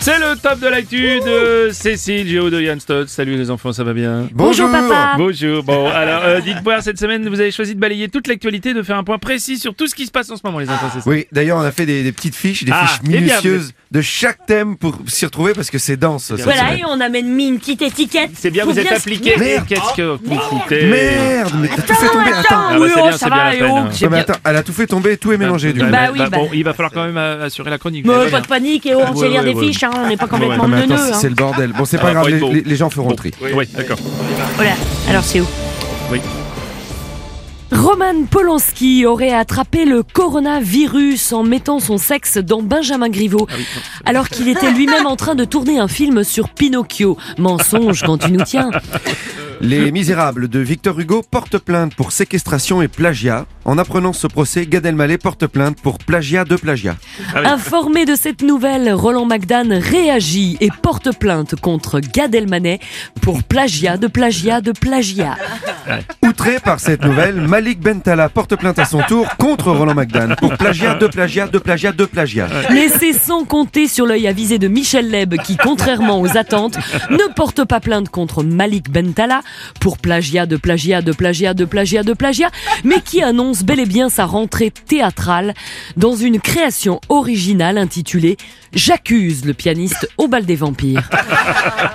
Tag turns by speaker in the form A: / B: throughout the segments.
A: C'est le top de l'actu de Cécile Géo de Yann Stott. Salut les enfants, ça va bien
B: Bonjour, papa.
A: Bonjour. Bon, alors euh, dites-moi, cette semaine, vous avez choisi de balayer toute l'actualité, de faire un point précis sur tout ce qui se passe en ce moment, les enfants, c'est ça
C: Oui, d'ailleurs, on a fait des, des petites fiches, des
A: Ah,
C: fiches
A: eh bien,
C: minutieuses de chaque thème pour s'y retrouver parce que c'est dense. cette
B: Voilà,
C: semaine.
B: et on a même mis une petite étiquette.
A: C'est bien,
B: pour
A: vous êtes
B: se
A: appliqué.
B: mettre-
A: Et
C: Merde.
A: qu'est-ce que vous foutez
C: Merde, mais t'as tout fait tomber. Attends,
A: Ah bah,
B: oui,
A: c'est
B: oh,
A: bien,
B: ça
A: c'est
B: va,
A: bien
B: et
A: la peine.
B: oh, j'ai
C: Non, mais
B: bien-
C: attends, elle a tout fait tomber, tout est mélangé du
A: Bah,
C: coup.
B: Bah oui, bah.
A: Bon, il va falloir quand même euh, assurer la chronique.
B: Mais
A: vous
B: ouais,
A: allez
B: pas
A: voir.
B: de panique, et oh, on
A: Ouais,
B: sait lire
A: ouais,
B: des
A: ouais.
B: fiches, hein, on n'est pas
C: Non,
B: complètement
C: mais attends,
B: neuneux.
C: c'est
B: hein.
C: le bordel. Bon, c'est
A: va
C: pas
A: pas
C: grave,
A: être
C: les,
A: beau.
C: les- les gens feront le tri.
A: Oui, d'accord.
B: Voilà, alors c'est où
D: Roman Polanski aurait attrapé le coronavirus en mettant son sexe dans Benjamin Griveaux,
A: Ah
D: alors qu'il était lui-même en train de tourner un film sur Pinocchio. Mensonge quand tu nous tiens.
C: Les Misérables de Victor Hugo portent plainte pour séquestration et plagiat. En apprenant ce procès, Gad Elmaleh porte plainte pour plagiat de plagiat.
A: Ah oui.
D: Informé de cette nouvelle, Roland McDan réagit et porte plainte contre Gad Elmaleh pour plagiat de plagiat de plagiat.
C: Outré par cette nouvelle, Malik Bentala porte plainte à son tour contre Roland McDan pour plagiat de plagiat de plagiat de plagiat.
D: Mais c'est sans compter sur l'œil avisé de Michel Leb qui, contrairement aux attentes, ne porte pas plainte contre Malik Bentala pour plagiat de plagiat de plagiat de plagiat de plagiat, mais qui annonce bel et bien sa rentrée théâtrale dans une création originale intitulée J'accuse le pianiste au bal des vampires.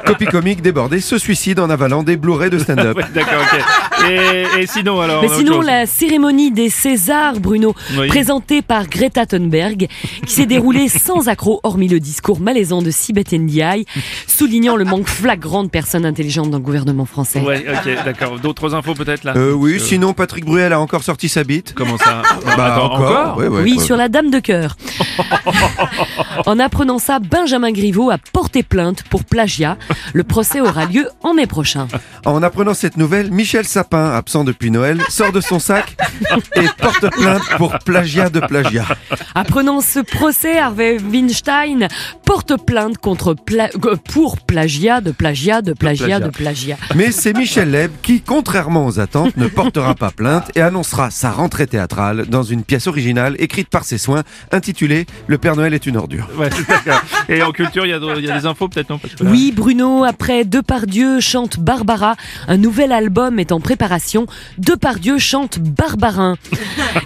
C: Copie comique débordée se suicide en avalant des Blu-ray de stand-up.
A: Ouais, D'accord, ok. Et, et sinon, alors
D: Mais
A: Ah, on a autre
D: sinon,
A: chose.
D: la cérémonie des Césars, Bruno,
A: Oui.
D: présentée par Greta Thunberg, qui s'est déroulée sans accroc, hormis le discours malaisant de Sibeth Ndiaye, soulignant le manque flagrant de personnes intelligentes dans le gouvernement français.
A: Ouais, ok, d'accord. D'autres infos peut-être là
C: Euh, oui, sinon Patrick Bruel a encore sorti sa bite.
A: Comment ça
C: Bah,
A: Attends, encore
C: Ouais, ouais,
D: oui,
C: quoi.
D: sur la dame de cœur. en apprenant ça, Benjamin Griveaux a porté plainte pour plagiat. Le procès aura lieu en mai prochain.
C: En apprenant cette nouvelle, Michel Sapin, absent depuis Noël, sort de son sac et porte plainte pour plagiat de plagiat.
D: Apprenant ce procès, Harvey Weinstein porte plainte contre pla- euh, pour plagiat de plagiat de plagiat de plagiat.
C: Mais c'est Michel Leb qui, contrairement aux attentes, ne portera pas plainte et annoncera sa rentrée théâtrale dans une pièce originale écrite par ses soins intitulée Le Père Noël est une ordure.
A: Ouais, d'accord. Et en culture, il y, a de- il y a des infos peut-être non Parce que là-
D: Oui, Bruno, après Depardieu chante Barbara, un nouvel album est en préparation. Depardieu chante Barbarin.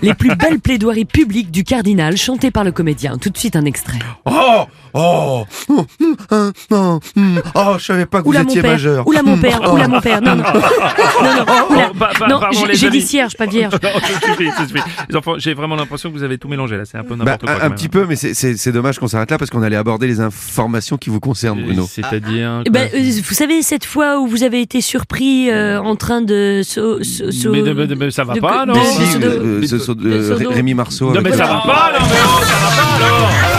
D: Les plus belles plaidoiries publiques du cardinal chantées par le comédien. Tout de suite un extrait.
C: Oh Oh Oh, hum, hum, hum, hum. Oh, je savais pas que
D: Oula
C: vous
D: mon
C: étiez
D: père,
C: majeur.
D: oula mon père, oula mon père. Non, non, non, non, oula.
A: Oh, bah, bah,
D: Non,
A: pardon,
D: j'ai-
A: les
D: j'ai dit
A: amis.
D: cierge, pas vierge.
A: Non, ça suffit, ça suffit. Les enfants, j'ai vraiment l'impression que vous avez tout mélangé là, c'est un peu
C: Bah,
A: n'importe quoi.
C: un,
A: quand
C: un
A: même.
C: petit peu, mais c'est- c'est c'est dommage qu'on s'arrête là parce qu'on allait aborder les informations qui vous concernent,
A: Euh,
C: Bruno.
A: C'est-à-dire.
D: Eh
A: quoi
D: Ben, euh, vous savez, cette fois où vous avez été surpris euh, en train de... sau- sau- sau-
A: Mais, mais- mais ça va
D: euh, de-
A: pas,
D: de-
A: non
C: Mais
D: de-
C: si,
D: de-
C: euh, euh, ce saut de-
D: de-
C: Ré- Rémi Marceau.
A: Non,
C: avec-
A: mais ça va pas, non, mais non, ça va pas, alors